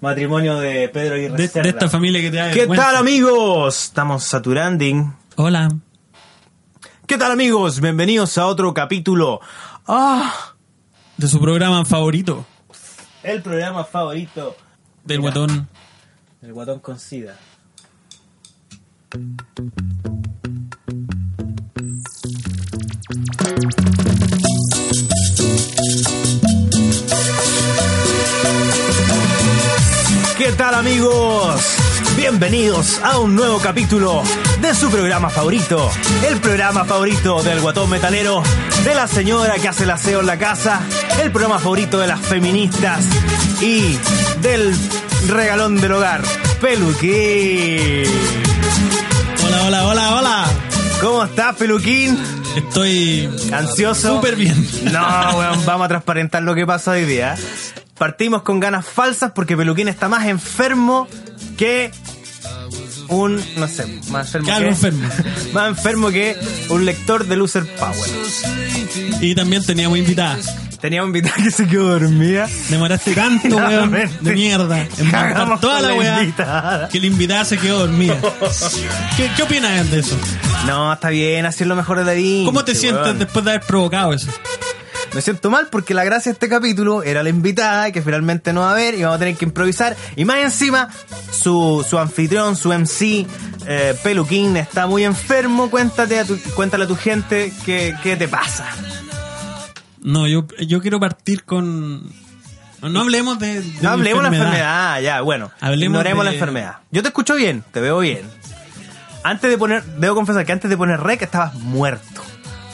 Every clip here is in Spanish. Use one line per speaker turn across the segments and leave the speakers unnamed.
Matrimonio de Pedro y
De, de esta familia que te da
¿Qué
vergüenza.
tal amigos? Estamos saturanding.
Hola.
¿Qué tal amigos? Bienvenidos a otro capítulo. Ah,
De su programa favorito.
el programa favorito
Del
Mira.
guatón.
del guatón con sida. ¿Qué tal amigos? Bienvenidos a un nuevo capítulo de su programa favorito, el programa favorito del guatón metalero, de la señora que hace el aseo en la casa, el programa favorito de las feministas y del regalón del hogar, Peluquín.
Hola, hola, hola, hola.
¿Cómo estás, Peluquín?
Estoy
¿Ansioso?
súper bien.
No, weón, vamos a transparentar lo que pasa hoy día. Partimos con ganas falsas porque Peluquín está más enfermo que un, no sé, más enfermo
Que
que,
algo enfermo.
más enfermo que un lector de Loser Power.
Y también teníamos invitada.
Tenía un invitado que se quedó dormida.
Demoraste tanto, weón.
Claramente.
De mierda. En montar
Cagamos
toda
con
la
la
weá.
invitada.
Que la invitada se quedó dormida. ¿Qué, qué opinas de eso?
No, está bien, así es lo mejor de la vida.
¿Cómo te sientes
weón.
después de haber provocado eso?
Me siento mal porque la gracia de este capítulo era la invitada que finalmente no va a haber y vamos a tener que improvisar. Y más encima, su, su anfitrión, su MC, eh, Peluquín, está muy enfermo. Cuéntate a tu, cuéntale a tu gente qué, qué te pasa.
No, yo, yo quiero partir con. No, no hablemos de. de mi
No hablemos de la enfermedad, ya, bueno.
Hablemos
ignoremos
de-
la enfermedad. Yo te escucho bien, te veo bien. Antes de poner, debo confesar que antes de poner rec estabas muerto.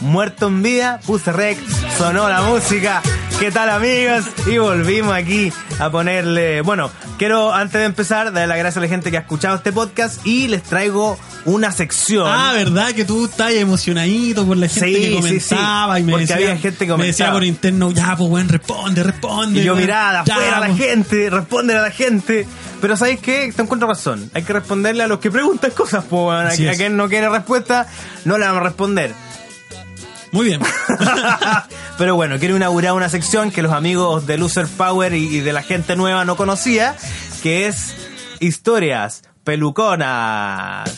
Muerto en vida, puse rec, sonó la música. ¿Qué tal amigos? Y volvimos aquí a ponerle... Bueno, quiero antes de empezar darle las gracias a la gente que ha escuchado este podcast y les traigo una sección.
Ah, ¿verdad? Que tú estás emocionadito por la gente
Sí,
que
sí,
comentaba
sí.
y me
Porque
decía,
había gente que
me decía
comentaba.
por interno, ya, pues, weón, responde, responde.
Y yo
weón,
mirada,
ya,
afuera a la
pues".
gente, responder a la gente. Pero ¿sabéis qué? Te encuentro razón. Hay que responderle a los que preguntan cosas, po, weón. a,
Así
a
es.
quien no quiere respuesta, no le vamos a responder.
Muy bien.
Pero bueno, quiero inaugurar una sección que los amigos de Loser Power y, y de la gente nueva no conocía, que es historias peluconas.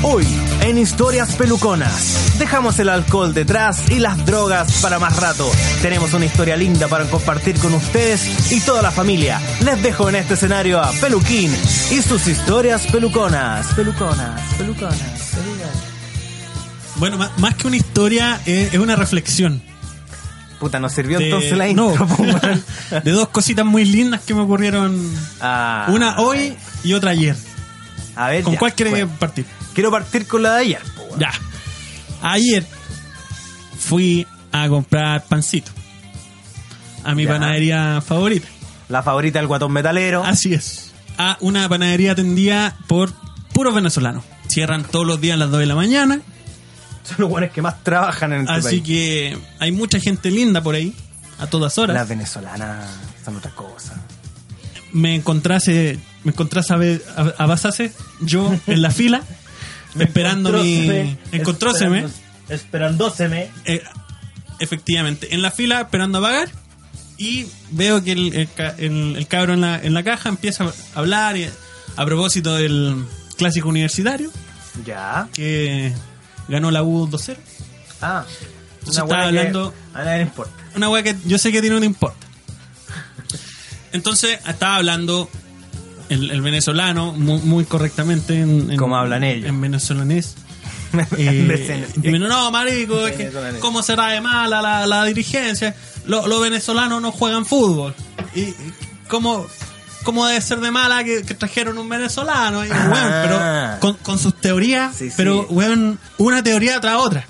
Hoy, en Historias Peluconas, dejamos el alcohol detrás y las drogas para más rato. Tenemos una historia linda para compartir con ustedes y toda la familia. Les dejo en este escenario a Peluquín y sus historias peluconas. Peluconas, peluconas, peluconas.
bueno, ma- más, que una historia, eh, es, es una reflexión.
Puta, nos sirvió
de-
entonces la
no,
intro. po, weón.
de dos cositas muy lindas que me ocurrieron.
Ah.
Una hoy y otra ayer.
A ver,
¿Con
ya,
cuál quieres
bueno.
partir?
Quiero partir con la de ayer. po, weón.
Ya. Ayer fui a comprar pancito a mi
Ya.
panadería favorita.
La favorita del guatón metalero.
Así es. A una panadería atendida por puros venezolanos. Cierran todos los días a las 2 de la mañana.
Son los buenos que más trabajan en este
Así
país.
que hay mucha gente linda por ahí, a todas horas.
Las venezolanas son otra cosa.
Me encontrase, me encontrase a, ve- a, a Basase, yo en la fila, esperando mi. Encontróseme.
Esperándoseme.
eh, efectivamente, en la fila esperando a pagar. Y veo que el, el, ca- el- el cabro en la, en la caja empieza a hablar y- a propósito del clásico universitario.
Ya.
que ganó la U 2-0.
Ah. Una
estaba
buena que
hablando-
A nadie le importa.
Una weá que yo sé que a ti no te importa. Entonces estaba hablando el, el venezolano muy, muy correctamente en, en-
Como hablan ellos.
En venezolanés.
Decen-
Eh, y me dijo, no, marico, es que
Venezolanés.
¿cómo será de mala la, la dirigencia? Lo- Los venezolanos no juegan fútbol. ¿Y y cómo, cómo debe ser de mala que, que trajeron un venezolano? Y,
Ah.
weón, pero con, con sus teorías,
Sí, sí.
pero weón, una teoría tras otra.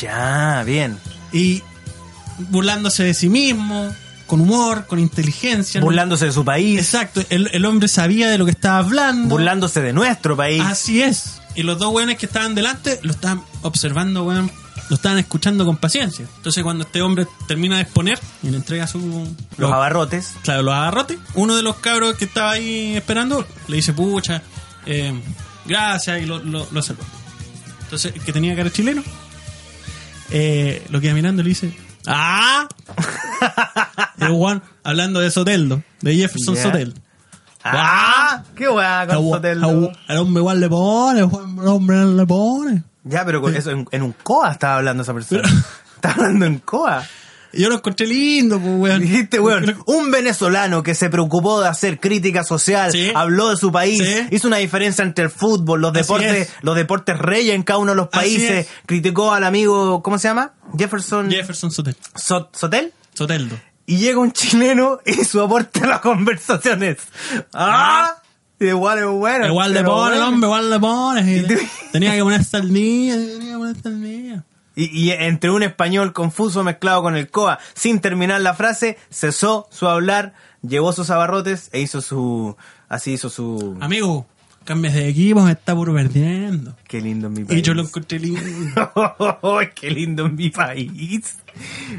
Ya, bien.
y burlándose de sí mismo, con humor, con inteligencia. ¿no?
burlándose de su país,
Exacto, el, el hombre sabía de lo que estaba hablando.
burlándose de nuestro país.
Así es. Y los dos weones que estaban delante lo estaban observando, weón. Lo estaban escuchando con paciencia. Entonces, cuando este hombre termina de exponer y le entrega su.
los abarrotes.
Claro, los agarrotes. Uno de los cabros que estaba ahí esperando le dice, pucha, eh, gracias, y lo, lo, lo salvó. Entonces, el que tenía cara de chileno, eh, lo queda mirando y le dice, ¡Ah! el Juan, hablando de Soteldo, de Jefferson
Ya.
Soteldo.
¡Ah! ¡Qué weá con Soteldo.
El hombre igual le pone, el hombre le pone.
Ya, pero con eso, en, en un coa estaba hablando esa persona. Estaba hablando en coa.
Yo lo encontré lindo, pues, weón.
Dijiste, weón, un venezolano que se preocupó de hacer crítica social,
Sí.
habló de su país,
Sí.
hizo una diferencia entre el fútbol, los
Así
deportes,
es.
los deportes reyes en cada uno de los
Así
países,
es.
criticó al amigo, ¿cómo se llama? Jefferson
Jefferson Soteldo.
Sot- Sotel.
Soteldo.
Y llega un chileno y su aporte a las conversaciones. ¡Ah! Igual es bueno.
Igual le
pero
pone, el
bueno.
hombre, igual le pone.
tú-
Tenía que ponerse al día, tenía que ponerse al día.
Y, y entre un español confuso mezclado con el coa, sin terminar la frase, cesó su hablar, llevó sus abarrotes e hizo su... Así hizo su...
Amigo, cambies de equipo, me está por perdiendo.
Qué lindo es mi país.
Y yo lo encontré lindo.
Qué lindo es mi país.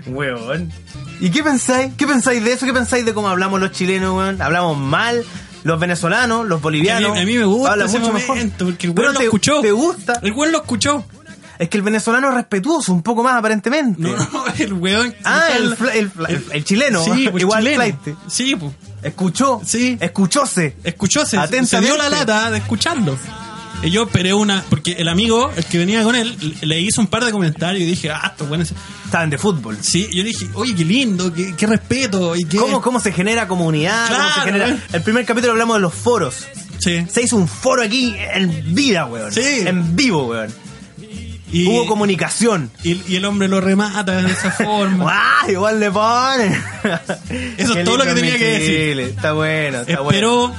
Weón. ¿Y qué pensáis? ¿Qué pensáis de eso? ¿Qué pensáis de cómo hablamos los chilenos, weón? Hablamos mal. Los venezolanos, los bolivianos.
a, mí, a mí me gusta
hablan
ese
mucho
momento,
mejor.
porque
Pero
el güey lo
te-
escuchó.
¿Te gusta?
El güey lo escuchó.
Es que el venezolano es respetuoso, un poco más aparentemente.
No, no, el weón.
Ah, el fla- el fla- el chileno,
Sí, pues,
igual
chileno.
flaite.
Sí, pues.
Escuchó.
Sí.
Escuchóse.
escuchóse, se, se
Atentamente.
dio la lata de escucharlo. Y yo esperé una, porque el amigo, el que venía con él, le le hizo un par de comentarios y dije, ah, esto bueno.
Estaban de fútbol.
Sí, yo dije, oye, qué lindo, qué, qué respeto. Y qué...
¿Cómo, ¿Cómo se genera comunidad? ¿Cómo se
Claro, eh.
genera?
weón.
El primer capítulo hablamos de los foros.
Sí.
Se hizo un foro aquí en vida, weón.
Sí.
En vivo, weón.
Y,
Hubo comunicación.
y, y el hombre lo remata de esa forma.
¡Ah! Igual le ponen.
Eso es
Qué
todo
lindo
lo que tenía que decir.
Chile. Está bueno, Ah, está bueno.
Esperó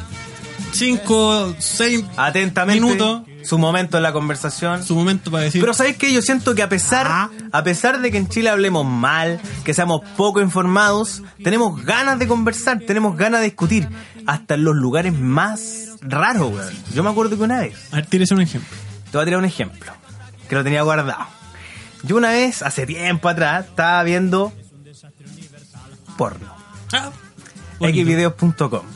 cinco, seis,
Atentamente.
Minuto.
Su momento en la conversación.
su momento para decir.
Pero ¿sabes qué? Yo siento que a pesar,
Ah.
a pesar de que en Chile hablemos mal, que seamos poco informados, tenemos ganas de conversar, tenemos ganas de discutir. Hasta en los lugares más raros, weón. Yo me acuerdo que una vez
A ver, tírese un ejemplo.
te voy a tirar un ejemplo que lo tenía guardado. Yo una vez, hace tiempo atrás, estaba viendo porno.
Ah, bonito.
xvideos.com.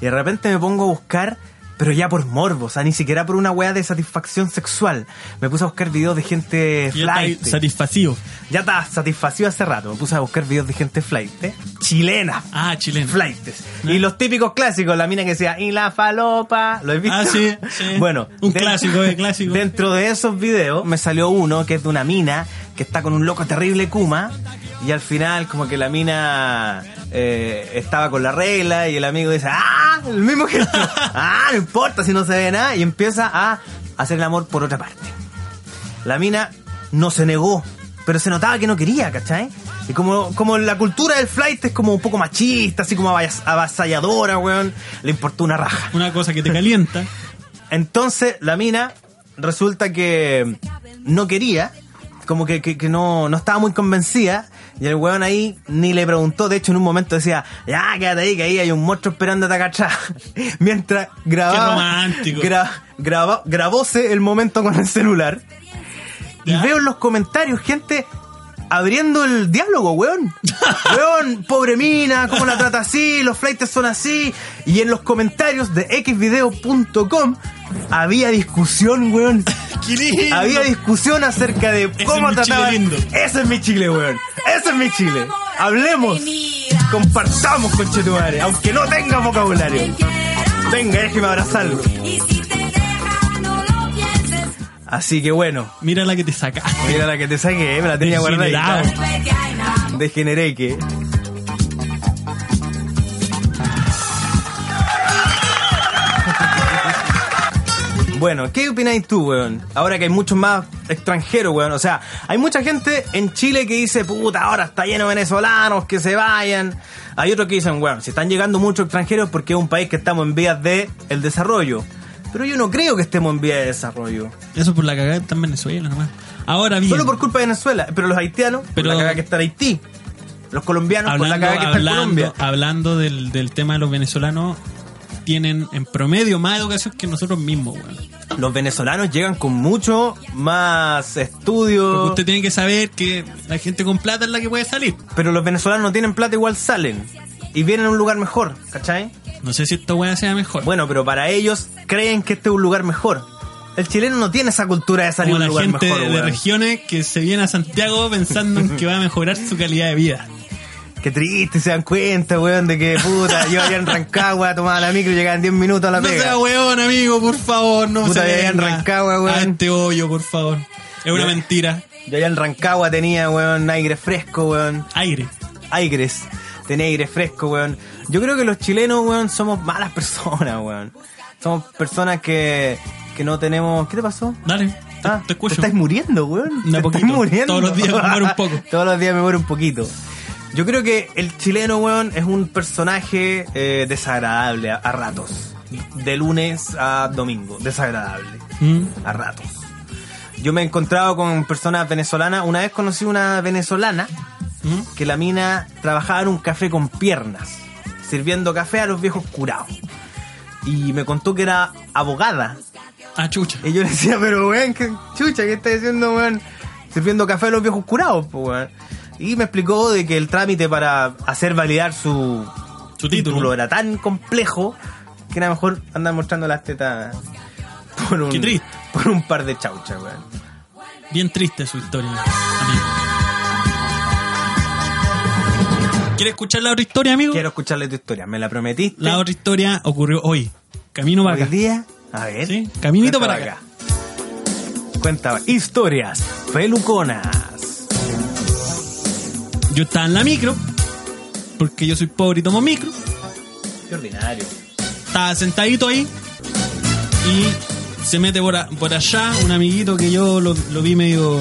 Y de repente me pongo a buscar, pero ya por morbo, o sea, ni siquiera por una weá de satisfacción sexual. Me puse a buscar videos de gente
Y ya
flight.
está satisfacido.
Ya estaba satisfacido hace rato. Me puse a buscar videos de gente flight. eh, Chilena.
Ah, chileno.
Flightes. Y los típicos clásicos, la mina que sea y la falopa, ¿lo he visto?
Ah, sí, sí.
Bueno,
Un
den-
clásico, eh, clásico.
Dentro de esos videos me salió uno que es de una mina que está con un loco terrible Kuma y al final como que la mina eh, estaba con la regla y el amigo dice, ah, el mismo que ah, no importa si no se ve nada y empieza a hacer el amor por otra parte. La mina no se negó, pero se notaba que no quería, ¿cachai? Y como, como la cultura del flight es como un poco machista, así como avas- avasalladora, weón, le importó una raja.
Una cosa que te calienta.
Entonces la mina resulta que no quería, como que, que- que no, no estaba muy convencida. Y el weón ahí ni le preguntó, de hecho en un momento decía, ya, quédate ahí, que ahí hay un monstruo esperando a atrás. Mientras grababa,
romántico.
gra- graba- grabóse el momento con el celular. Y
¿Ya?
veo en los comentarios gente abriendo el diálogo, weón. weón, pobre mina, cómo la trata así, los flights son así. Y en los comentarios de xvideo.com había discusión, weón.
¡Qué lindo!
Había discusión acerca de
es
cómo
mi
trataban.
Chile lindo.
Ese es mi Chile, weón. Ese es mi Chile. Hablemos. Compartamos con Chetumare, aunque no tenga vocabulario. Venga, déjeme abrazarlo.
Y si te deja, no lo pienses,
Así que bueno,
Mira la que te saca.
mira la que te saqué, me la tenía guardada.
Degenerado.
vete a enamorar.
Degeneré que. Bueno, ¿qué opináis tú, weón? Ahora que hay muchos más extranjeros, weón. O sea, hay mucha gente en Chile que dice, puta, ahora está lleno de venezolanos, que se vayan. Hay otros que dicen, weón, si están llegando muchos extranjeros es porque es un país que estamos en vías de el desarrollo. Pero yo no creo que estemos en vías de desarrollo.
Eso por la cagada está en Venezuela nomás. Ahora bien.
Solo por culpa de Venezuela, pero los haitianos, pero
Pero-
la cagada que está en Haití. Los colombianos
hablando,
por la cagada que está en
hablando,
Colombia.
hablando del, del tema de los venezolanos, tienen en promedio más educación que nosotros mismos, weón.
Los venezolanos llegan con mucho más
Porque
estudios.
usted tiene que saber que la gente con plata es la que puede salir.
Pero los venezolanos no tienen plata, igual salen. Y vienen a un lugar mejor, ¿cachai?
No sé si esta weá sea mejor.
Bueno, pero para ellos creen que este es un lugar mejor. El chileno no tiene esa cultura de salir a
Como
un
la
lugar
gente
mejor,
de
weón.
regiones que se viene a Santiago pensando en que va a mejorar su calidad de vida.
Qué triste, se dan cuenta, weón, de que puta, yo allá en Rancagua tomaba la micro y llegaba en 10 minutos a la
No
pega.
sea weón, amigo, por favor, no
Puta,
se
ya
venga
en Rancagua, weón.
a este hoyo, por favor. Es una
Ya.
mentira.
yo allá en Rancagua tenía, weón, aire fresco, weón.
Aire.
aires, tenía aire fresco, weón. Yo creo que los chilenos, weón, somos malas personas, weón. Somos personas que, que no tenemos... ¿Qué te pasó?
Dale, te,
Ah,
te escucho.
estáis muriendo, weón.
De a
Te
poquito.
estás muriendo.
Todos los días me muero un poco.
Todos los días me muero un poquito. Yo creo que el chileno, weón, es un personaje eh, desagradable a, a ratos. De lunes a domingo, desagradable.
Mm.
A ratos. Yo me he encontrado con personas venezolanas. Una vez conocí una venezolana
Mm.
que la mina trabajaba en un café con piernas, sirviendo café a los viejos curados. Y me contó que era abogada.
Ah, chucha.
Y yo le decía, pero weón, qué chucha, ¿qué estás diciendo, weón? Sirviendo café a los viejos curados, po, weón. Y me explicó de que el trámite para hacer validar su,
Su título.
era tan complejo que era mejor andar mostrando las tetas por un,
Qué triste.
por un par de chauchas, weón.
Bien triste su historia, amigo. ¿Quieres escuchar la otra historia, amigo?
Quiero escucharle tu historia, me la prometiste.
La otra historia ocurrió hoy. Camino para
Hoy
acá.
día, a ver.
Sí, caminito
cuenta
para acá.
Cuenta historias peluconas.
Yo estaba en la micro, porque yo soy pobre y tomo micro.
Qué ordinario.
Estaba sentadito ahí y se mete por, a- por allá un amiguito que yo lo, lo vi medio,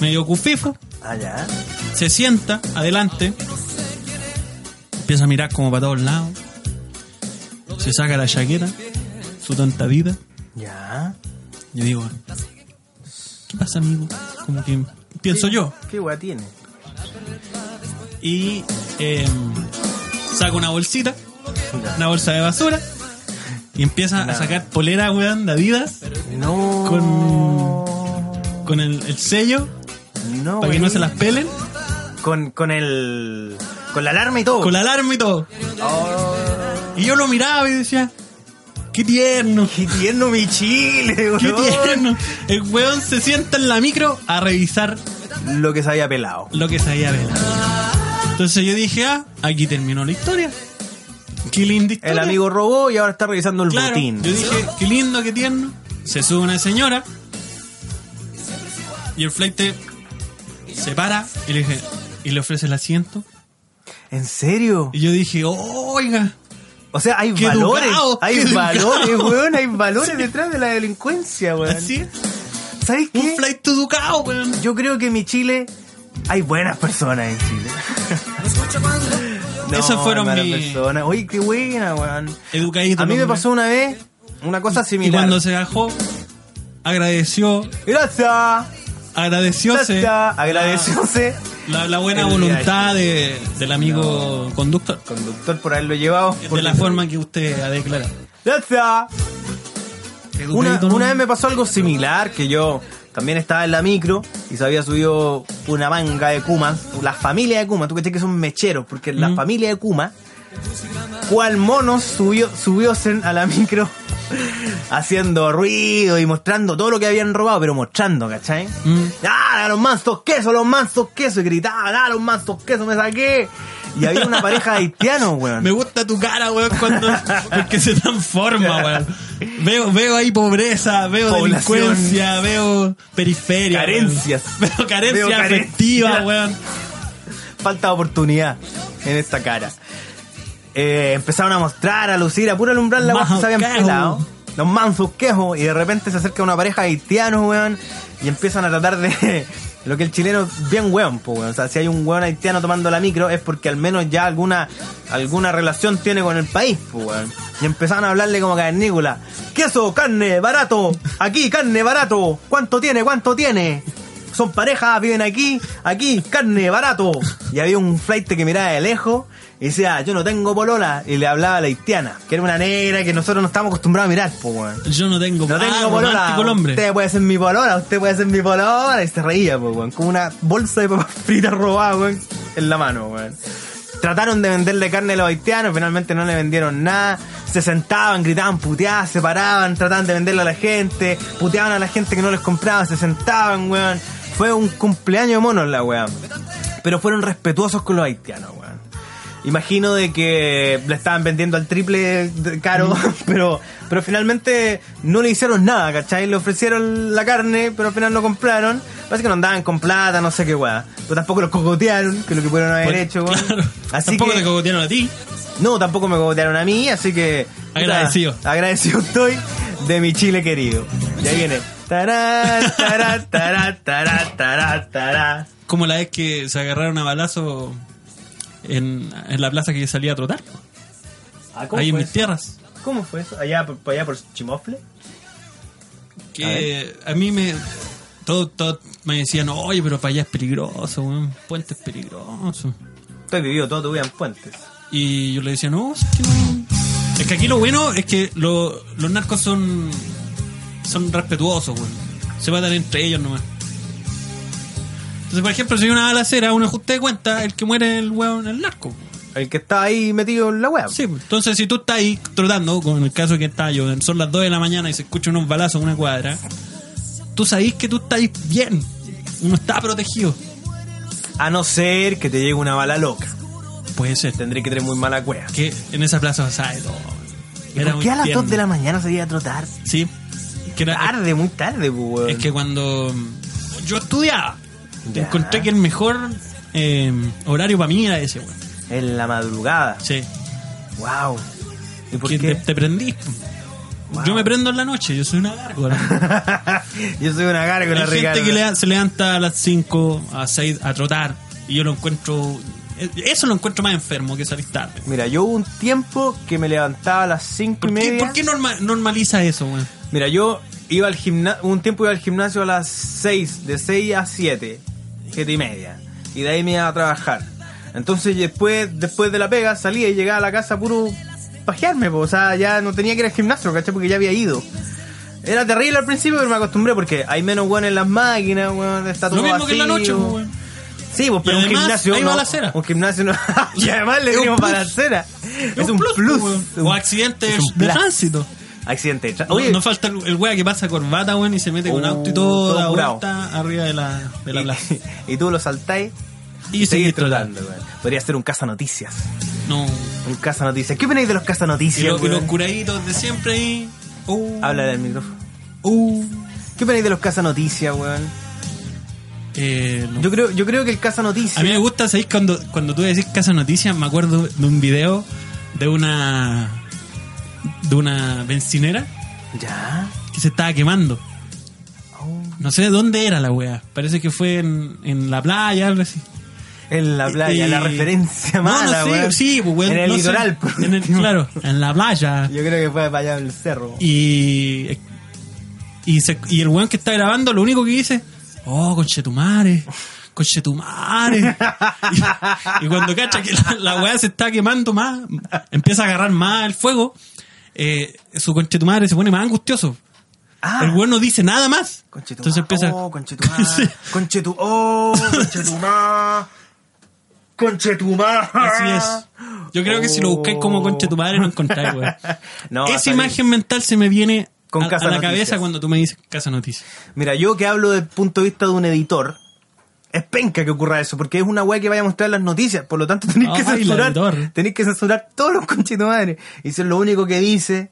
medio cufifo.
Allá.
Se sienta adelante, empieza a mirar como para todos lados. Se saca la chaqueta, su tontadita.
Ya.
Yo digo, ¿qué pasa, amigo? Como que pienso yo.
¿Qué hueá tiene?
Y eh, saco una bolsita,
Ya.
una bolsa de basura, y empieza a
Nada.
sacar polera, weón, de Adidas,
No.
Con- con el, el sello,
No,
para que no
güey.
se las pelen,
Con, con el. Con la alarma y todo.
con la alarma y todo.
Oh.
Y yo lo miraba y decía, qué tierno.
Qué tierno mi chile,
Qué
weón.
tierno. El weón se sienta en la micro a revisar
Lo que se había pelado.
lo que sabía ver. Entonces yo dije, ah, aquí terminó la historia. Qué linda historia.
El amigo robó y ahora está revisando el
claro,
botín.
Yo dije, qué lindo, qué tierno. Se sube una señora. Y el flight se para y le dije, y le ofrece el asiento.
¿En serio?
Y yo dije, oiga,
O sea, hay
Qué
valores.
educado,
hay
qué
valores,
educado.
weón. Hay valores detrás de la delincuencia, weón.
así es.
¿Sabes qué?
Un flight educado, weón.
Yo creo que en mi Chile hay buenas personas en Chile. No,
Esas fueron
hay malas
mis-
personas. Oye, qué buena, weón.
Educadito.
A mí me
hombre.
pasó una vez una cosa
Y
similar.
cuando se bajó, agradeció,
Gracias.
agradecióse.
Gracias. Agradecióse.
La, la buena
El este.
voluntad de- del amigo conductor.
Conductor por haberlo llevado.
De
Por
la forma que usted ha declarado.
Gracias. Una,
Educadito, ¿no?
una vez me pasó algo similar, que yo también estaba en la micro y se había subido una manga de Kuma, la familia de Kuma, tú crees que son mecheros, porque la
Mm.
familia de Kuma, cual mono subió, subiósen a la micro haciendo ruido y mostrando todo lo que habían robado, pero mostrando, ¿cachai?
Mm.
¡Ah, los mansos quesos, los mansos quesos! Y gritaban, ¡ah, los mansos quesos, me saqué! Y había una pareja de haitianos, weón.
Me gusta tu cara, weón, cuando. Porque se transforma, weón. Veo, veo ahí pobreza, veo
Población.
delincuencia, veo periferia. weón.
Carencias.
Veo carencia
Veo carencia.
afectiva, weón.
falta de oportunidad en esta cara. Eh, empezaron a mostrar, a lucir, a puro alumbrar la guapa que se habían
Mansos
pelado. Los mansos quejos, y de repente se acerca una pareja de haitianos, weón, y empiezan a tratar de. Lo que el chileno es bien weón, po, weón. O sea, si hay un weón haitiano tomando la micro es porque al menos ya alguna alguna relación tiene con el país, po, weón. Y empezaron a hablarle como cavernícola. Queso, carne, barato. Aquí, carne, barato. ¿Cuánto tiene? ¿Cuánto tiene? son parejas, viven aquí, aquí, carne, barato. Y había un flight que miraba de lejos y decía, yo no tengo polola. Y le hablaba a la haitiana, que era una negra que nosotros no estamos acostumbrados a mirar, po, weón.
Yo no tengo,
No
Ah,
tengo polola.
romántico el hombre.
Usted puede ser mi polola, usted puede ser mi polola. Y se reía, pues, weón. Como una bolsa de papas fritas robada, weón, en la mano, weón. Trataron de venderle carne a los haitianos, finalmente no le vendieron nada. Se sentaban, gritaban, puteadas, se paraban, trataban de venderle a la gente, puteaban a la gente que no les compraba, se sentaban, weón. Fue un cumpleaños de monos la weón. Pero fueron respetuosos con los haitianos, weón. Imagino de que le estaban vendiendo al triple de- caro,
Mm.
pero, pero finalmente no le hicieron nada, ¿cachai? Le ofrecieron la carne, pero al final no compraron. Parece que no andaban con plata, no sé qué weá. Pero tampoco los cogotearon, que es lo que pudieron haber
Pues,
hecho, weón.
claro.
Así
Tampoco
que,
te cogotearon a ti.
No, tampoco me cogotearon a mí, así que. puta,
Agradecido.
agradecido estoy de mi Chile querido. Ya viene. Tará, tará, tará, tará, tará, tará.
Como la vez que se agarraron a balazo en, en la plaza que salía a trotar.
Ah, ¿cómo
Ahí en
fue
mis
eso?
tierras.
¿Cómo fue eso? ¿Allá por, allá por Chimofle?
Que a, mí me. Todo, todo me decían, oye, pero para allá es peligroso, weón. Puente es peligroso.
Estoy vivido toda tu vida en puentes.
Y yo le decía, no, es que no. Es que aquí lo bueno es que lo- los narcos son. son respetuosos, weón. Se matan entre ellos nomás. Entonces, por ejemplo, si hay una balacera, un ajuste de cuenta, el que muere es el weón, el narco. weón.
El que está ahí metido en la web.
Sí, pues, entonces si tú estás ahí trotando, como en el caso que estaba yo, son las 2 de la mañana y se escuchan unos balazos en una cuadra, tú sabés que tú estás bien, uno está protegido.
A no ser que te llegue una bala loca.
Puede ser,
Tendré que tener muy mala cueva.
que en esa plaza sabe todo.
¿Y por qué a las 2 de la Ah, mañana se iba a trotar?
Sí, que era,
Tarde, muy tarde, pues, weón.
es que cuando yo estudiaba,
Ya.
encontré que el mejor eh, horario para mí era ese, weón.
En la madrugada.
Sí,
Wow. ¿Y por
que Te,
qué?
te prendí.
Wow.
Yo me prendo en la noche, yo soy una gárgola.
Yo soy una gárgola,
Hay
Ricardo.
gente que lea- se levanta a las 5, a 6 a trotar y yo lo encuentro... eh, Eso lo encuentro más enfermo que salir tarde.
Mira, yo hubo un tiempo que me levantaba a las 5 y
¿Por qué,
media.
por qué norma- normaliza eso, weón?
Mira, yo iba al gimnasio, un tiempo iba al gimnasio a las 6, de 6 a 7, 7 y media. Y de ahí me iba a trabajar. Entonces después, después de la pega salía y llegaba a la casa puro pajearme, po. o sea, ya no tenía que ir al gimnasio, ¿cachai? Porque ya había ido. Era terrible al principio, pero me acostumbré porque hay menos weón en las máquinas, weón, está todo
Lo mismo que en la
vacío.
noche, weón.
Sí, pues, pero
Y
un
además,
gimnasio.
hay
no,
balacera.
Un gimnasio no. y además le
Es un
dimos
plus.
balacera. Es, un plus.
weón.
un-
O accidentes
es un
de
plus.
tránsito.
Accidente. de tra-
No-
Oye,
no, falta el, el weón que pasa corbata, weón, y se mete con
Oh,
auto y todo,
todo
da
curado.
vuelta arriba de la, de la plaza.
y, y tú lo saltáis
Y
y
seguís
seguís trotando, weón. Podría ser un cazanoticias.
No.
Un cazanoticias. ¿Qué opináis de los
Y, lo-
cazanoticias,
y los
weón?
curaditos de siempre ahí. Uh,
Habla del micrófono.
uh.
¿Qué opináis de los cazanoticias, weón?
Eh, no.
Yo creo, yo creo que el
A mí
cazanoticias.
me gusta, ¿sabéis? Cuando, cuando tú decís Casa Noticias, me acuerdo de un video de una. de una bencinera
Ya.
que se estaba quemando.
Oh.
No sé de dónde era la wea. Parece que fue en, en la playa, algo así.
En la playa,
Y-
la referencia mala,
Eh, no, no, sí,
weón.
sí, pues, weón,
En el
no sé.
litoral, por
En el-
último.
claro, en la playa.
Yo creo que fue para allá en el cerro.
Y. Y, se- y el weón que está grabando, lo único que dice, oh, conchetumare, conchetumare. y, y cuando cacha que la, la weá se está quemando más, empieza a agarrar más el fuego, eh, su conchetumare se pone más angustioso.
Ah.
El weón no dice nada más.
Conchetumá.
Entonces empieza.
Oh, conchetumá. Conchetu. Oh, conchetumá. Conchetumá.
Así
Ah.
es. Yo creo que si lo buscáis como conchetumare no encontráis, weón.
Oh. No,
Esa
está
imagen mental se me viene
Con
a, a
Casa
la
Noticias.
cabeza cuando tú me dices Casa Noticias.
Mira, yo que hablo desde el punto de vista de un editor, es penca que ocurra eso, porque es una weá que vaya a mostrar las noticias, por lo tanto tenéis que
Ay, la
censurar,
editor.
tenéis que censurar todos los conchetumares. Y eso es lo único que dice.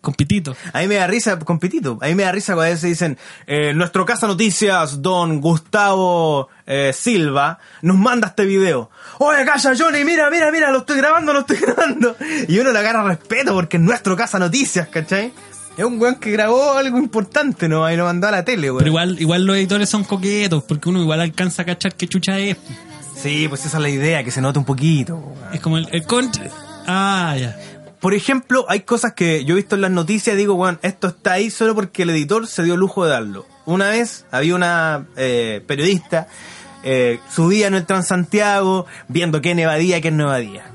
Con pitito.
A mí me da risa, compitito, a mí me da risa cuando a veces dicen, eh, nuestro Casa Noticias, don Gustavo eh, Silva, nos manda este video. Oye, calla Johnny, mira, mira, mira, lo estoy grabando, lo estoy grabando. Y uno le agarra respeto porque es nuestro Casa Noticias, ¿cachai? Es un weón que grabó algo importante, ¿no? Y lo mandó a la tele, weón.
Pero igual, igual los editores son coquetos, porque uno igual alcanza a cachar qué chucha es.
Sí, pues esa es la idea, que se note un poquito. weón.
Es como el, el contra. Ah, ya.
Por ejemplo, hay cosas que yo he visto en las noticias y digo, bueno, esto está ahí solo porque el editor se dio lujo de darlo. una vez había una eh, periodista, eh, subía en el Transantiago viendo qué nevadía, qué nevadía.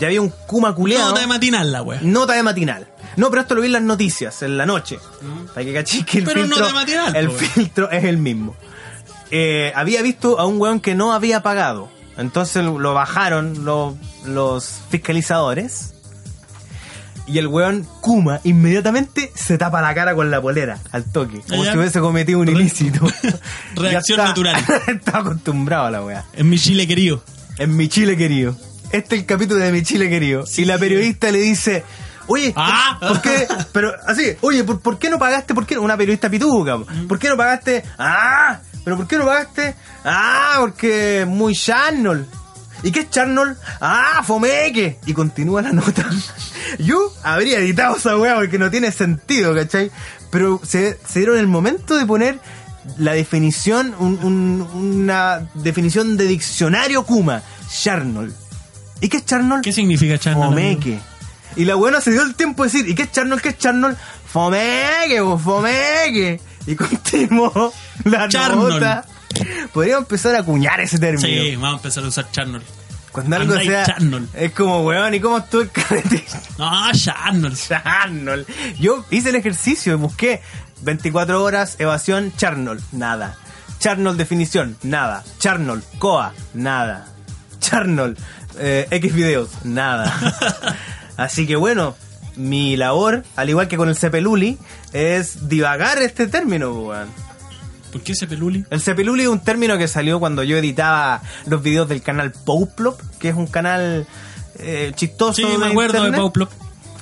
Ya había un Kuma culeado.
Nota de matinal la wea.
Nota de matinal. No, pero esto lo vi en las noticias, en la noche. Para que cachis que el
Mm. Pero
filtro,
nota de matinal,
el
po, weón.
filtro es el mismo. Eh, había visto a un weón que no había pagado. Entonces lo bajaron lo- los fiscalizadores. Y el weón Kuma inmediatamente se tapa la cara con la polera al toque. Como
Ya.
si hubiese cometido un ilícito.
Reacción
Ya está-
natural.
está acostumbrado a la weá.
En mi Chile querido.
En mi Chile querido. Este es el capítulo de mi Chile querido. Y la periodista le dice, oye,
Ah.
¿por qué? Pero así, oye, ¿por, por qué no pagaste? ¿Por qué? Una periodista pituca. ¿Por qué no pagaste? Ah, pero ¿por qué no pagaste? Ah, porque muy Charnold. ¿Y qué es Charnold? Ah, fomeque. Y continúa la nota. Yo habría editado esa weá porque no tiene sentido, ¿cachai? Pero se, se dieron el momento de poner la definición, un- un- una definición de diccionario Kuma. Charnold. ¿Y qué es Charnold?
¿Qué significa Charnold?
Fomeque. Y la buena se dio el tiempo de decir, ¿y qué es Charnold? ¿Qué es Charnold? Fomeque, po, fomeque. Y continuó la
Charnold.
nota. Podríamos empezar a acuñar ese término.
Sí, vamos a empezar a usar Charnold.
Cuando algo
Andai
sea...
Charnold.
Es como, weón, ¿y cómo estuvo el carrete?
No, Charnold.
Charnold. Yo hice el ejercicio, busqué 24 horas, evasión, Charnold, nada. Charnold definición, nada. Charnold, COA, nada. Charnold, eh, X videos, nada. Así que bueno, mi labor, al igual que con el Cepeluli, es divagar este término, weón.
¿Por qué ese peluli?
El Cepeluli es un término que salió cuando yo editaba los videos del canal Pouplop, que es un canal eh, chistoso.
Sí, me
de
acuerdo
internet.
de Pauplop.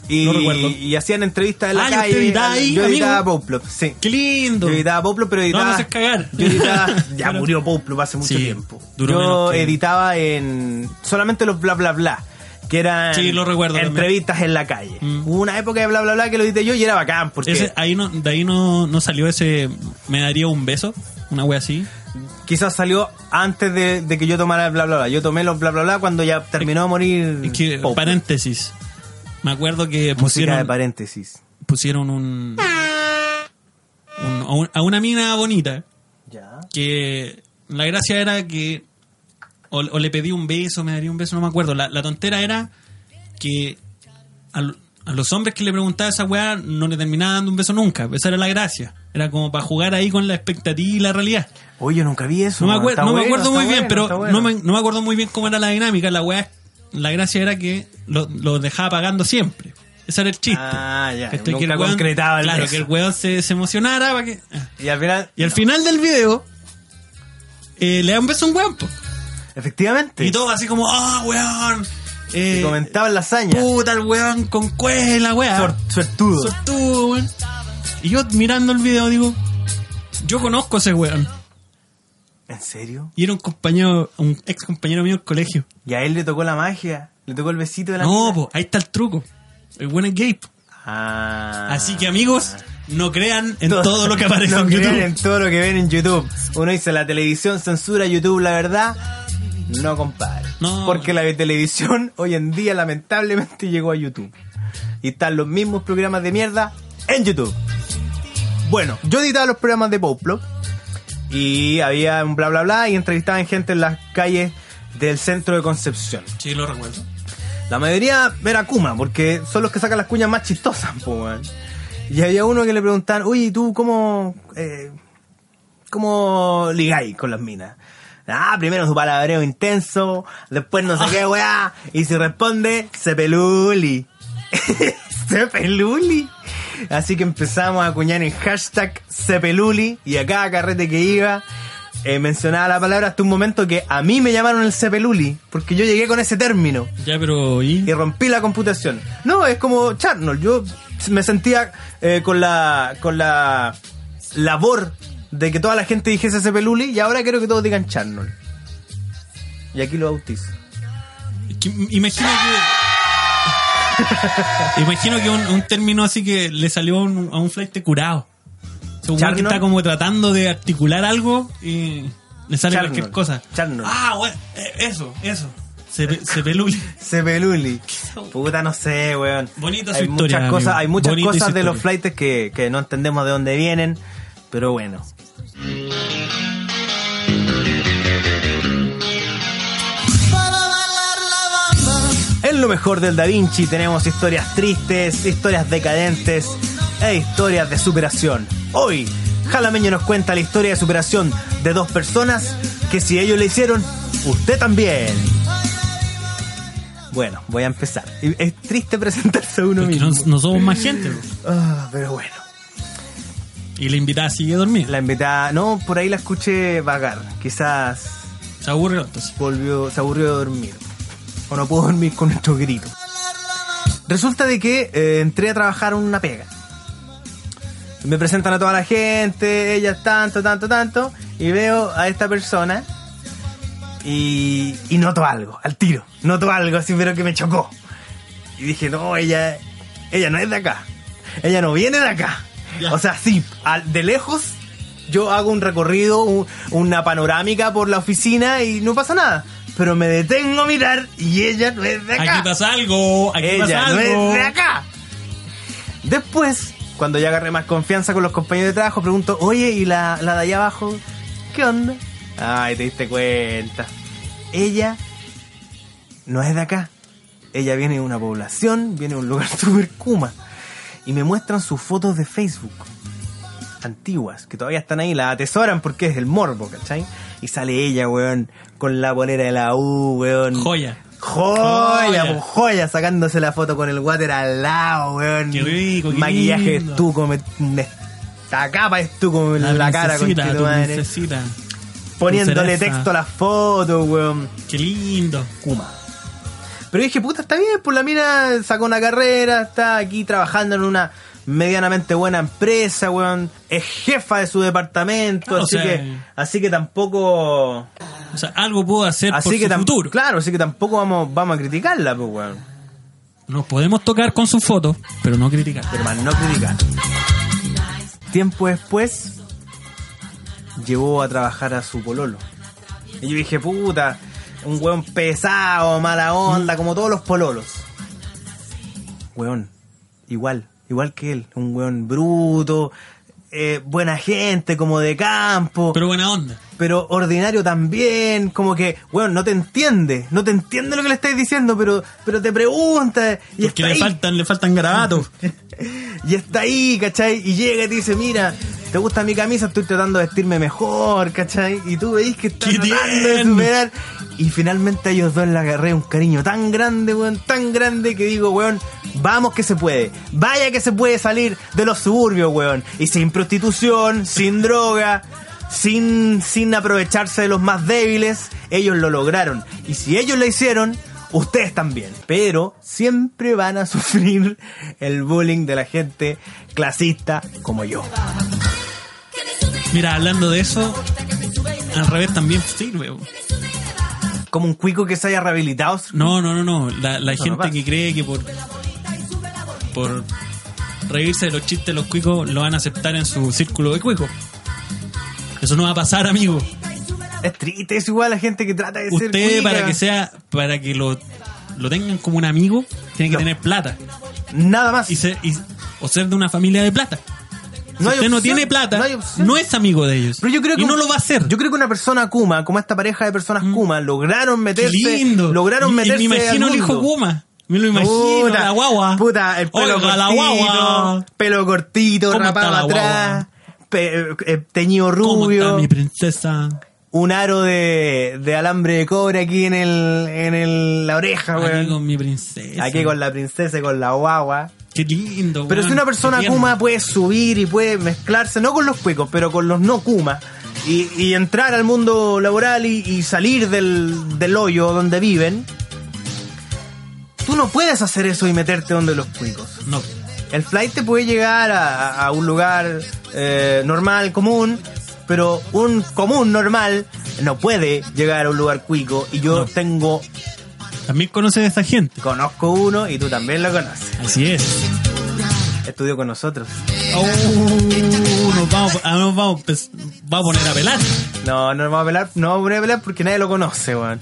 Y,
No recuerdo.
y hacían entrevistas en la
Ah, ¿y usted
calle.
editaba ahí,
yo editaba
amigo?
Poplop, sí.
¡Qué lindo!
Yo editaba Poplop, pero editaba.
me haces cagar.
Yo editaba. Ya
Pero-
murió Poplop hace mucho
Sí,
tiempo.
duró
yo
menos que-
editaba en. solamente los bla bla bla. Que eran
Sí, lo recuerdo también.
entrevistas en la calle.
Mm.
Hubo una época de bla bla bla que lo edité yo y era bacán. Porque
Ese- ahí no, de ahí no, no salió ese. Me daría un beso, una wea así.
quizás salió antes de, de que yo tomara el bla bla bla. Yo tomé los bla bla bla cuando ya terminó de morir.
Es que,
Poplop.
paréntesis. Me acuerdo que
Mm, Música de
pusieron,
paréntesis.
pusieron un, un- a, un- a una mina bonita
Ya.
que la gracia era que o, o le pedí un beso, me daría un beso, no me acuerdo. La, la tontera era que al- a los hombres que le preguntaba esa weá no le terminaba dando un beso nunca. Esa era la gracia. Era como para jugar ahí con la expectativa y la realidad.
Oye, yo nunca vi eso.
No me,
man.
acuer-
Está
no me
bueno,
acuerdo
está
muy bien,
bueno,
pero
está bueno.
no, me, no me acuerdo muy bien cómo era la dinámica. La weá, la gracia era que lo- los dejaba pagando siempre. Ese era el chiste. Este,
Ah, ya,
¿Cachai?
nunca concretaba el
Claro,
beso.
que el weón se, se emocionara. para que- ah.
Y al final,
Y al final del video, eh, le da un beso a un weón. po.
efectivamente.
Y todo así como, ah, weón. eh,
Y comentaban la hazaña.
puta, el weón con cuela, weón.
Suer- Suertudo.
Sortudo, weón. Y yo mirando el video digo, yo conozco a ese weón.
¿En serio?
Y era un compañero, un ex compañero mío del colegio.
Y a él le tocó la magia. Le tocó el besito de la
No,
mina.
po, ahí está el truco. El buen es gay. po.
Ah.
Así que amigos, no crean en
No-
todo, lo que aparece
no
en
crean
YouTube.
en todo lo que ven en YouTube. Uno dice, la televisión censura YouTube, la verdad. No compadre.
No.
Porque la televisión hoy en día lamentablemente llegó a YouTube. Y están los mismos programas de mierda en YouTube. Bueno, yo editaba los programas de Poplo y había un bla bla bla y entrevistaban gente en las calles del centro de Concepción.
Sí, lo recuerdo.
La mayoría era Kuma, porque son los que sacan las cuñas más chistosas, po, weón. Y había uno que le preguntaban, oye, ¿y ¿tú cómo, eh, cómo ligáis con las minas? Ah, primero su palabreo intenso, después no sé qué weá, y si responde, se peluli. Cepeluli. Así que empezamos a acuñar el hashtag Cepeluli y a cada carrete que iba eh, mencionaba la palabra hasta un momento que a mí me llamaron el Cepeluli porque yo llegué con ese término
Ya, pero ¿y?
y rompí la computación. No, es como Charnold. Yo me sentía eh, con la con la labor de que toda la gente dijese ese peluli y ahora quiero que todos digan Charnold. Y aquí lo bautizo.
Que- Imagino que... Imagino que un, un término así que le salió a un, a un flight curado. O sea, un weón que
Charno.
está como tratando de articular algo y le sale
Charno.
cualquier cosa.
Charno.
Ah, bueno, eh, eso, eso. Se, pe- se peluli.
Cepeluli. Puta, no sé, weón.
Bonita su
hay
historia,
Muchas
amigo.
cosas, hay muchas
Bonita
cosas
su
de los
historia.
flights que, que no entendemos de dónde vienen, pero bueno. En lo mejor del Da Vinci tenemos historias tristes, historias decadentes e historias de superación. Hoy, Jalameño nos cuenta la historia de superación de dos personas que si ellos le hicieron, usted también. Bueno, voy a empezar. Y Es triste presentarse a uno
Porque
mismo.
no, no somos más gente. po.
Ah, pero bueno.
Y la invitada sigue dormida.
La invitada, no, por ahí la escuché vagar. Quizás
Se aburre entonces.
volvió, se aburrió de dormir. O no pudo dormir con nuestros gritos. Resulta de que eh, entré a trabajar en una pega. Me presentan a toda la gente, ellas tanto, tanto, tanto. Y veo a esta persona y, y noto algo, al tiro. Noto algo así, pero que me chocó. Y dije, no, ella, ella no es de acá. Ella no viene de acá.
Ya.
O sea, sí, al- de lejos yo hago un recorrido, un- una panorámica por la oficina y no pasa nada. Pero me detengo a mirar y ella no es de acá.
Aquí pasa algo, aquí pasa
ella no
algo.
es de acá. Después, cuando ya agarré más confianza con los compañeros de trabajo, pregunto, oye, ¿y la, la de allá abajo? ¿Qué onda? Ay, te diste cuenta. Ella no es de acá. Ella viene de una población, viene de un lugar super kuma. Y me muestran sus fotos de Facebook. Antiguas, que todavía están ahí, las atesoran porque es el morbo, ¿cachai? Y sale ella, weón, con la bolera de la U, weón.
Joya.
Joya,
Joya.
po, joya, sacándose la foto con el water al lado, weón.
Qué rico, qué
Maquillaje
lindo.
estuco, me, me- la capa estuco en la, cara, con
princesita, tu princesita.
Poniéndole
cereza.
texto a las fotos, weón.
Qué lindo.
Kuma. Pero dije, puta, está bien, pues la mina sacó una carrera, está aquí trabajando en una medianamente buena empresa, weón. Es jefa de su departamento,
Ah, o
así
sea,
que, así que tampoco,
O sea, algo puedo hacer por
así
su
que tam-
futuro.
claro, así que tampoco vamos, vamos a criticarla, pues, weón.
Nos podemos tocar con sus fotos, pero no criticar.
pero más no criticar. Tiempo después, llevó a trabajar a su pololo. Y yo dije, puta, un weón pesado, mala onda, como todos los pololos. Weón, igual, igual que él, un weón bruto, eh, buena gente, como de campo
Pero buena onda.
pero ordinario también, como que, bueno, no te entiende, no te entiende lo que le estáis diciendo, pero, pero te pregunta y
Porque
está
le
ahí,
faltan, le faltan garabatos.
y está ahí, ¿cachai? Y llega y te dice, mira, ¿te gusta mi camisa? Estoy tratando de vestirme mejor, ¿cachai? Y tú veis que está
¡Qué
tratando de
tierno!
superar. Y finalmente a ellos dos le agarré un cariño tan grande, weón, tan grande que digo, weón, vamos que se puede. Vaya que se puede salir de los suburbios, weón. Y sin prostitución, sin droga, sin, sin aprovecharse de los más débiles, ellos lo lograron. Y si ellos lo hicieron, ustedes también. Pero siempre van a sufrir el bullying de la gente clasista como yo.
Mira, hablando de eso, al revés también sirve. bo.
Como un cuico que se haya rehabilitado.
No, no, no, no. La, la
Eso no
gente
pasa.
que cree que por por reírse de los chistes de los cuicos lo van a aceptar en su círculo de cuicos. Eso no va a pasar, amigo.
Es triste, es igual la gente que trata de ser
Usted
cuica.
para que sea, para que lo, lo tengan como un amigo, tiene que
No.
tener plata
Nada más.
y ser y- o ser de una familia de plata. Si
No hay
usted no
opción,
tiene plata,
no hay
no,
opción.
es amigo de ellos.
Pero yo creo que
y no
un-
lo va a hacer. Mm.
Yo creo que una persona Kuma, como esta pareja de personas Kuma, lograron
Qué
meterse.
lindo.
Lograron
Y- y
meterse.
me imagino
al
el hijo
mundo.
Guma. Me lo imagino,
Puta,
la guagua.
Puta, el pelo
Oiga,
cortito.
la guagua.
Pelo cortito,
¿Cómo está
rapado
la
atrás. pe- eh, teñido
¿Cómo está
rubio.
mi princesa?
Un aro de, de alambre de cobre aquí en el, en el, la oreja,
Aquí
Ah, weón.
con mi princesa.
Aquí con la princesa y con la guagua.
Qué lindo,
Pero
weón,
si una
qué
persona
tierno.
Kuma puede subir y puede mezclarse, no con los cuicos, pero con los no Kuma, y, y entrar al mundo laboral y, y salir del, del hoyo donde viven, tú no puedes hacer eso y meterte donde los cuicos.
No.
El flight te puede llegar a, a- a un lugar eh, normal, común, pero un común normal no puede llegar a un lugar cuico. Y yo
No.
tengo,
También conoces a esta gente.
conozco uno y tú también lo conoces.
Así es.
Estudió con nosotros.
Oh, nos vamos, ah, nos vamos, pues, va a poner a pelar.
No, no vamos a pelar, no vamos a poner a pelar porque nadie lo conoce, weón.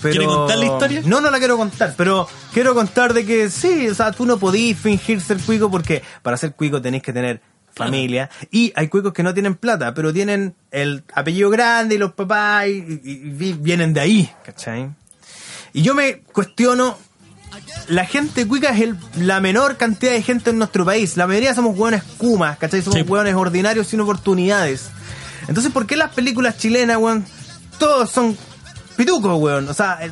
Pero...
¿Quiere contar la historia?
No, no la quiero contar, pero quiero contar de que sí, o sea, tú no podís fingir ser cuico porque para ser cuico tenéis que tener familia y hay cuicos que no tienen plata, pero tienen el apellido grande y los papás y, y- y vi- vienen de ahí, ¿cachai? Y yo me cuestiono la gente cuica es el- la menor cantidad de gente en nuestro país. La mayoría somos hueones kumas, ¿cachai? Somos
Sí.
hueones ordinarios sin oportunidades. Entonces, ¿por qué las películas chilenas, weón, todos son pitucos, weón? O sea, eh,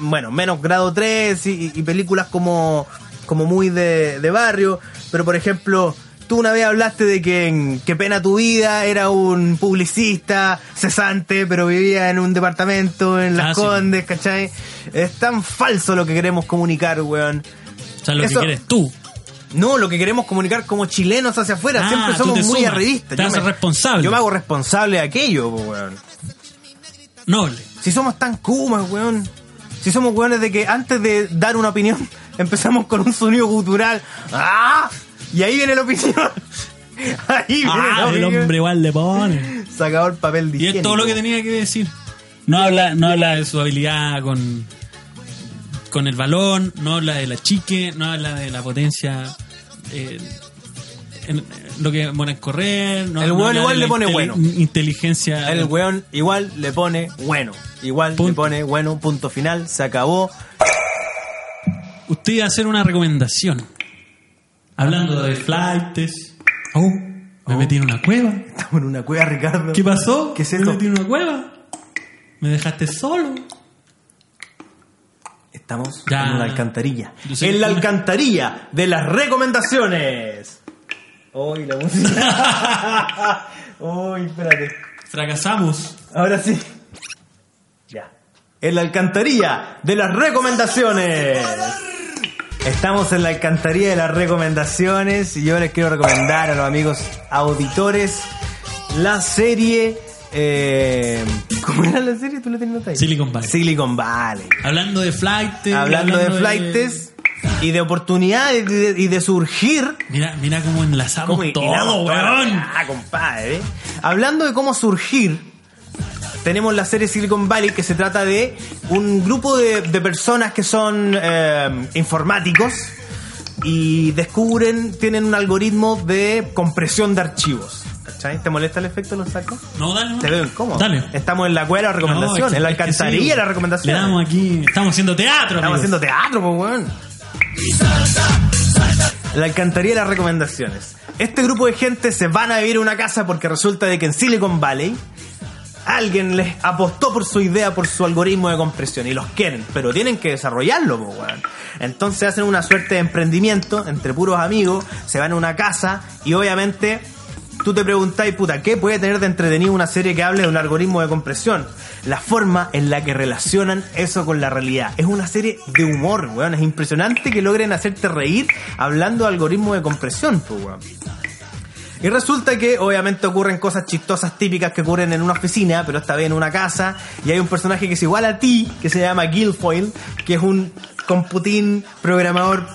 bueno, menos grado 3 y, y películas como, como muy de, de barrio. Pero, por ejemplo, tú una vez hablaste de que en Qué pena tu vida era un publicista cesante, pero vivía en un departamento en Las
Ah, sí.
Condes, ¿cachai? Es tan falso lo que queremos comunicar, weón.
O sea, lo
Eso-
que quieres tú.
No, lo que queremos comunicar como chilenos hacia afuera.
Ah,
Siempre
tú
somos
te
muy
sumas,
arribistas.
te
Yo
haces
me-
responsable.
Yo me hago responsable de aquello, po, weón.
Noble.
Si somos tan kumas, weón. Si somos weones de que antes de dar una opinión empezamos con un sonido gutural. ¡Ah! Y ahí viene la opinión. Ahí viene la
Ah, el
opinión.
hombre igual le pone.
Se acabó el papel de
Y es todo lo que tenía que decir. No habla, no habla de su habilidad con, con el balón, no habla de la chique, no habla de la potencia. eh, en- en lo que pone en correr. No,
El
no
weón
habla de
igual
la
le pone
inteli-
bueno.
Inteligencia.
El weón igual le pone bueno. Igual le
Punto.
pone bueno. Punto final. Se acabó.
Usted iba a hacer una recomendación. Hablando de flightes. Oh, me metí en una cueva.
Estamos en una cueva, Ricardo.
¿Qué pasó?
¿Qué es
Me
esto?
metí en una cueva. Me dejaste solo.
Estamos
Ya.
en la alcantarilla.
Yo sé que
En la
tú me-
alcantarilla de las recomendaciones. Uy, la música. Uy, espérate.
Fracasamos.
Ahora sí. Ya. En la alcantarilla de las recomendaciones. Estamos en la alcantarilla de las recomendaciones y yo les quiero recomendar a los amigos auditores la serie... eh, ¿Cómo era la serie? ¿Tú la tienes notada?
Silicon Valley.
Silicon Valley.
Hablando de flightes.
Hablando de flightes y de oportunidades y de, y de surgir.
Mira, mira cómo enlazamos
¿Cómo
todo,
hilamos toda la-
weón.
Ah, compadre. Hablando de cómo surgir, tenemos la serie Silicon Valley que se trata de un grupo de, de personas que son eh, informáticos y descubren, tienen un algoritmo de compresión de archivos. ¿Cachai? ¿Te molesta el efecto? ¿Lo saco?
No, dale. no.
Te veo incómodo.
Dale.
Estamos en la cueva de las recomendaciones,
No, es que-
en la
es que
alcantarilla
sí,
de las
Le
recomendaciones.
damos aquí. Estamos haciendo teatro.
Estamos
amigos.
haciendo teatro, pues, weón. La alcantarilla de las recomendaciones. Este grupo de gente se van a vivir a una casa porque resulta de que en Silicon Valley alguien les apostó por su idea, por su algoritmo de compresión y los quieren, pero tienen que desarrollarlo, po, weón. Entonces hacen una suerte de emprendimiento entre puros amigos, se van a una casa y obviamente tú te preguntáis, puta, ¿qué puede tener de entretenido una serie que hable de un algoritmo de compresión? La forma en la que relacionan eso con la realidad. Es una serie de humor, weón. Es impresionante que logren hacerte reír hablando de algoritmo de compresión, po, weón. Y resulta que obviamente ocurren cosas chistosas típicas que ocurren en una oficina, pero esta vez en una casa. Y hay un personaje que es igual a ti, que se llama Guilfoyle, que es un computín programador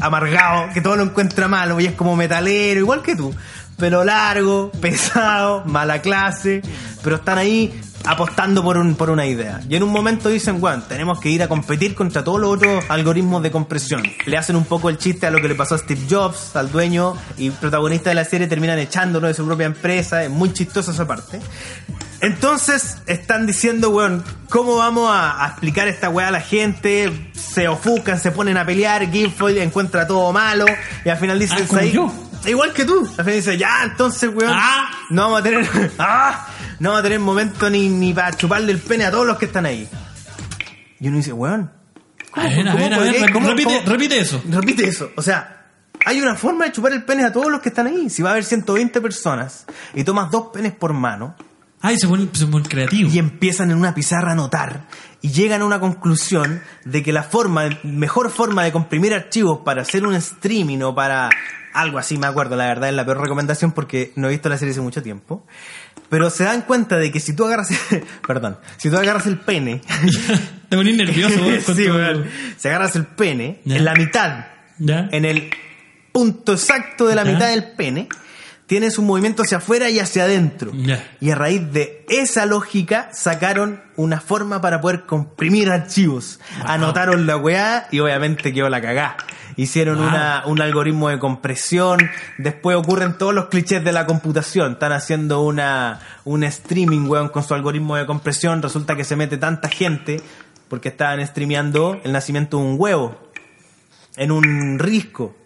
amargado, que todo lo encuentra malo y es como metalero, igual que tú. Pelo largo, pesado, mala clase, pero están ahí apostando por, un, por una idea. Y en un momento dicen, bueno, tenemos que ir a competir contra todos los otros algoritmos de compresión. Le hacen un poco el chiste a lo que le pasó a Steve Jobs, al dueño y protagonista de la serie, terminan echándolo de su propia empresa, es muy chistoso esa parte. Entonces están diciendo, weón, ¿cómo vamos a, a explicar esta weá a la gente? Se ofuscan, se ponen a pelear, Gilfoyle encuentra todo malo y al final dicen,
Ah, como
"Ahí-
yo".
Igual que tú. Al final dice, ya, entonces, weón,
Ah.
no vamos a tener, ah, no vamos a tener momento ni, ni para chuparle el pene a todos los que están ahí. Y uno dice, weón,
A ver, a
¿Cómo
ver, a
podría-
ver.
cómo-
repite,
cómo-
repite eso.
Repite eso. O sea, hay una forma de chupar el pene a todos los que están ahí. Si va a haber 120 personas y tomas dos penes por mano
Ay, se pone, se pone creativo.
y em- empiezan en una pizarra a anotar y llegan a una conclusión de que la forma, mejor forma de comprimir archivos para hacer un streaming o para algo así, me acuerdo, la verdad es la peor recomendación porque no he visto la serie hace mucho tiempo. Pero se dan cuenta de que si tú agarras, perdón, si tú agarras el pene
Te ponís nervioso, weón, con
Sí,
tu-
weón. Si agarras el pene,
Ya.
en la mitad,
Ya.
en el punto exacto de la
Ya.
mitad del pene, tienes un movimiento hacia afuera y hacia adentro.
Ya.
Y a raíz de esa lógica sacaron una forma para poder comprimir archivos. Anotaron la weá y obviamente quedó la cagá. Hicieron
Wow.
una, un algoritmo de compresión. Después ocurren todos los clichés de la computación. Están haciendo una, un streaming, weón, con su algoritmo de compresión. Resulta que se mete tanta gente porque estaban streameando el nacimiento de un huevo. en un risco.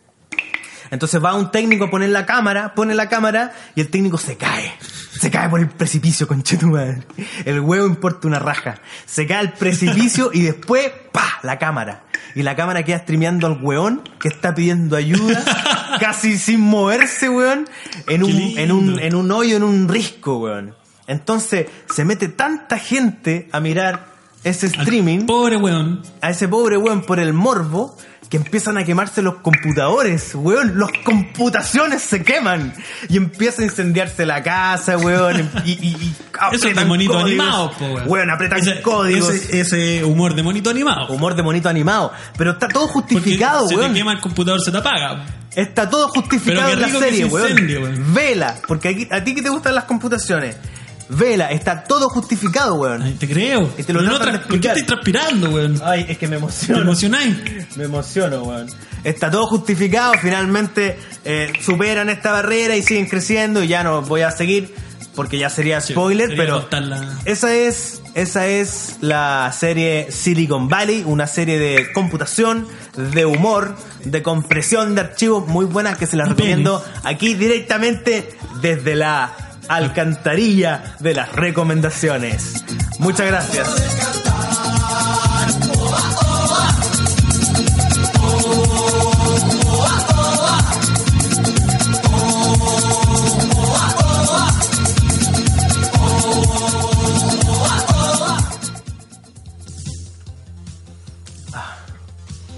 Entonces va un técnico a poner la cámara, pone la cámara y el técnico se cae. Se cae por el precipicio, conchetumadre. El huevo importa una raja. Se cae al precipicio y después, pa, la cámara. Y la cámara queda streameando al weón que está pidiendo ayuda, casi sin moverse, weón, en
Qué
un,
lindo.
en un, en un hoyo, en un risco, weón. Entonces se mete tanta gente a mirar ese
Al
streaming
Pobre weón.
a ese pobre weón por el morbo que empiezan a quemarse los computadores, weón. Los computaciones se queman. Y empieza a incendiarse la casa, weón. Y, y- y
Eso es de
apretan
monito
códigos.
animado, po, weón.
Weón, apretan códigos. Eh,
Ese, ese humor de monito animado.
Humor de monito animado. Pero está todo
Porque
justificado,
se
weón.
te quema el computador, se te apaga.
Está todo justificado
Pero qué
en la
rico que
serie,
se
weón.
incendie, weón.
Vela, porque aquí- a ti que te gustan las computaciones. Vela, está todo justificado,
Ay,
weón.
te creo.
Y te lo
Pero
tratan
tra-
de
¿Por qué
explicar. Ah,
estás transpirando, weón?
Ay, es que me
Te
emociono.
emocionáis.
Me emociono, weón. Está todo justificado, finalmente eh, superan esta barrera y siguen creciendo y ya no voy a seguir porque ya sería
Sí,
spoiler,
sería
pero
cortar la-
esa es esa es la serie Silicon Valley, una serie de computación, de humor, de compresión de archivos muy buenas que se las
Bien.
recomiendo aquí directamente desde la alcantarilla de las recomendaciones. Muchas gracias.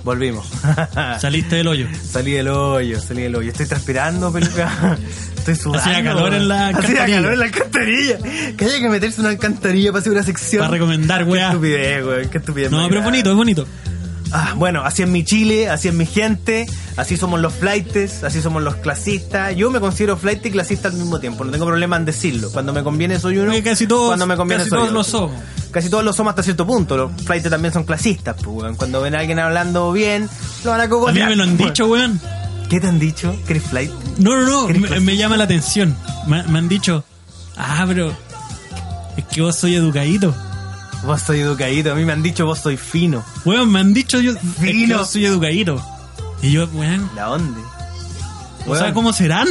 Volvimos. Ah.
Saliste del hoyo.
Salí del hoyo, salí del hoyo. Estoy transpirando, peluca. Estoy sudando.
Hacía calor en la
Hacía
alcantarilla.
calor en la alcantarilla. Que haya que meterse en una alcantarilla para hacer una sección.
Para recomendar,
Qué
weá.
estupidez, weón. Qué estupidez.
No,
más
pero es
grave.
bonito, es bonito.
Ah, bueno, así es mi Chile, así es mi gente, así somos los flightes, así somos los clasistas. Yo me considero flight y clasista al mismo tiempo, no tengo problema en decirlo. Cuando me conviene soy uno,
Porque casi todos-
cuando me conviene
casi
soy
todos
otro.
lo somos.
Casi todos lo somos hasta cierto punto, los flightes también son clasistas, pues, weón. Cuando ven a alguien hablando bien, lo van a
A
cogotear.
mí me lo han
pues.
dicho, weón.
¿Qué te han dicho? ¿Que eres flight?
No, no, no,
¿Eres
me,
clasista?
me llama la atención. Me, me han dicho, ah, pero es que vos soy educadito.
Vos soy educadito, a mí me han dicho vos soy fino.
Weón, me han dicho yo, es que
Fino.
yo soy educadito. Y yo, weón,
¿La onda?
o sea,
Weón,
¿cómo serán?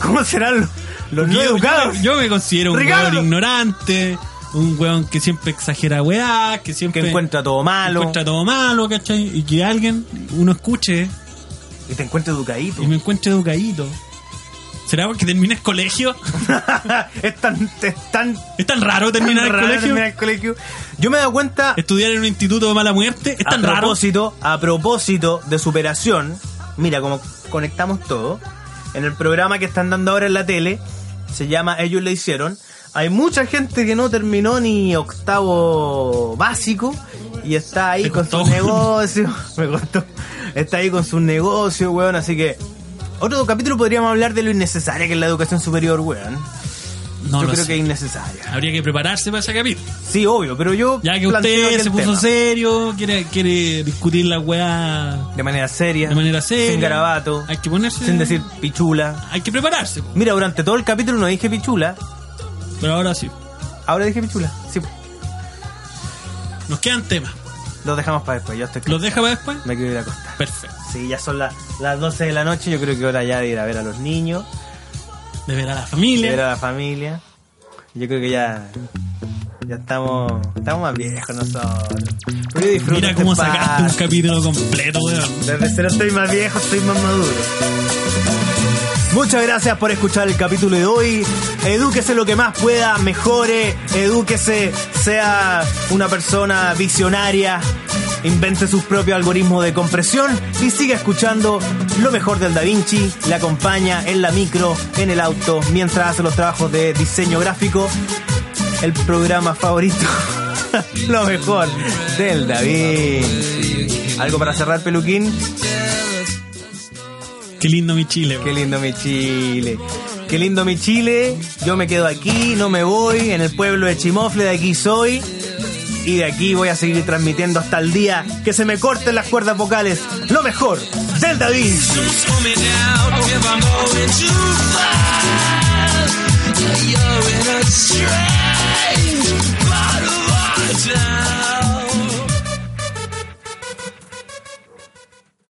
¿cómo serán los, los no
Porque yo-
educados?
Yo, me considero un
Ricardo.
weón ignorante, un weón que siempre exagera weá,
que
que siempre
encuentra todo malo
encuentra todo malo, ¿cachai? Y que alguien, uno escuche
y te encuentra educadito.
y me encuentre educadito. ¿Será porque terminas colegio?
es tan, es tan
¿Es tan raro
tan
terminar el
raro
colegio?
terminar el colegio. Yo me he dado cuenta
¿Estudiar en un instituto de mala muerte? ¿Es tan
a
raro?
propósito, a propósito de superación, mira como conectamos todo, en el programa que están dando ahora en la tele, se llama Ellos le hicieron, hay mucha gente que no terminó ni octavo básico y está ahí
Te
con
costó.
su negocio, me costó, está ahí con su negocio, weón, así que... Otro capítulo podríamos hablar de lo innecesaria que es la educación superior, weón.
No
Yo
lo
creo
sé.
que es innecesaria.
Habría que prepararse para ese capítulo.
Sí, obvio, pero yo...
Ya que
planteo aquí
usted
el
se puso
tema.
serio, quiere, quiere discutir la weá
De manera seria.
de manera seria.
Sin garabato.
Hay que ponerse.
Sin decir pichula.
Hay que prepararse, po.
Mira, durante todo el capítulo no dije pichula.
pero ahora sí.
Ahora dije pichula. Sí, pues,
Nos quedan temas.
los dejamos para después. Yo estoy
¿Los deja para después?
Me quiero ir a acostar.
Perfecto.
Sí, ya son las- las 12 de la noche. Yo creo que hora ya de ir a ver a los niños.
De ver a la
De
familia.
ver a la familia. Yo creo que ya. Ya estamos. Estamos más viejos nosotros. Pero yo disfruto
Mira
este
cómo sacaste un
paso.
capítulo completo, weón.
Desde cero estoy más viejo, estoy más maduro. Muchas gracias por escuchar el capítulo de hoy. Edúquese lo que más pueda, mejore, edúquese, sea una persona visionaria, invente sus propios algoritmos de compresión y siga escuchando lo mejor del Da Vinci. Le acompaña en la micro, en el auto, mientras hace los trabajos de diseño gráfico. El programa favorito, lo mejor del Da Vinci. ¿Algo para cerrar, Peluquín?
Qué lindo mi Chile,
Qué
weón.
lindo mi Chile. Qué lindo mi Chile. Yo me quedo aquí, no me voy. En el pueblo de Chimofle, de aquí soy. Y de aquí voy a seguir transmitiendo hasta el día que se me corten las cuerdas vocales. Lo mejor del David.
slow me down if I'm going too fast. You're in a strange part of our time.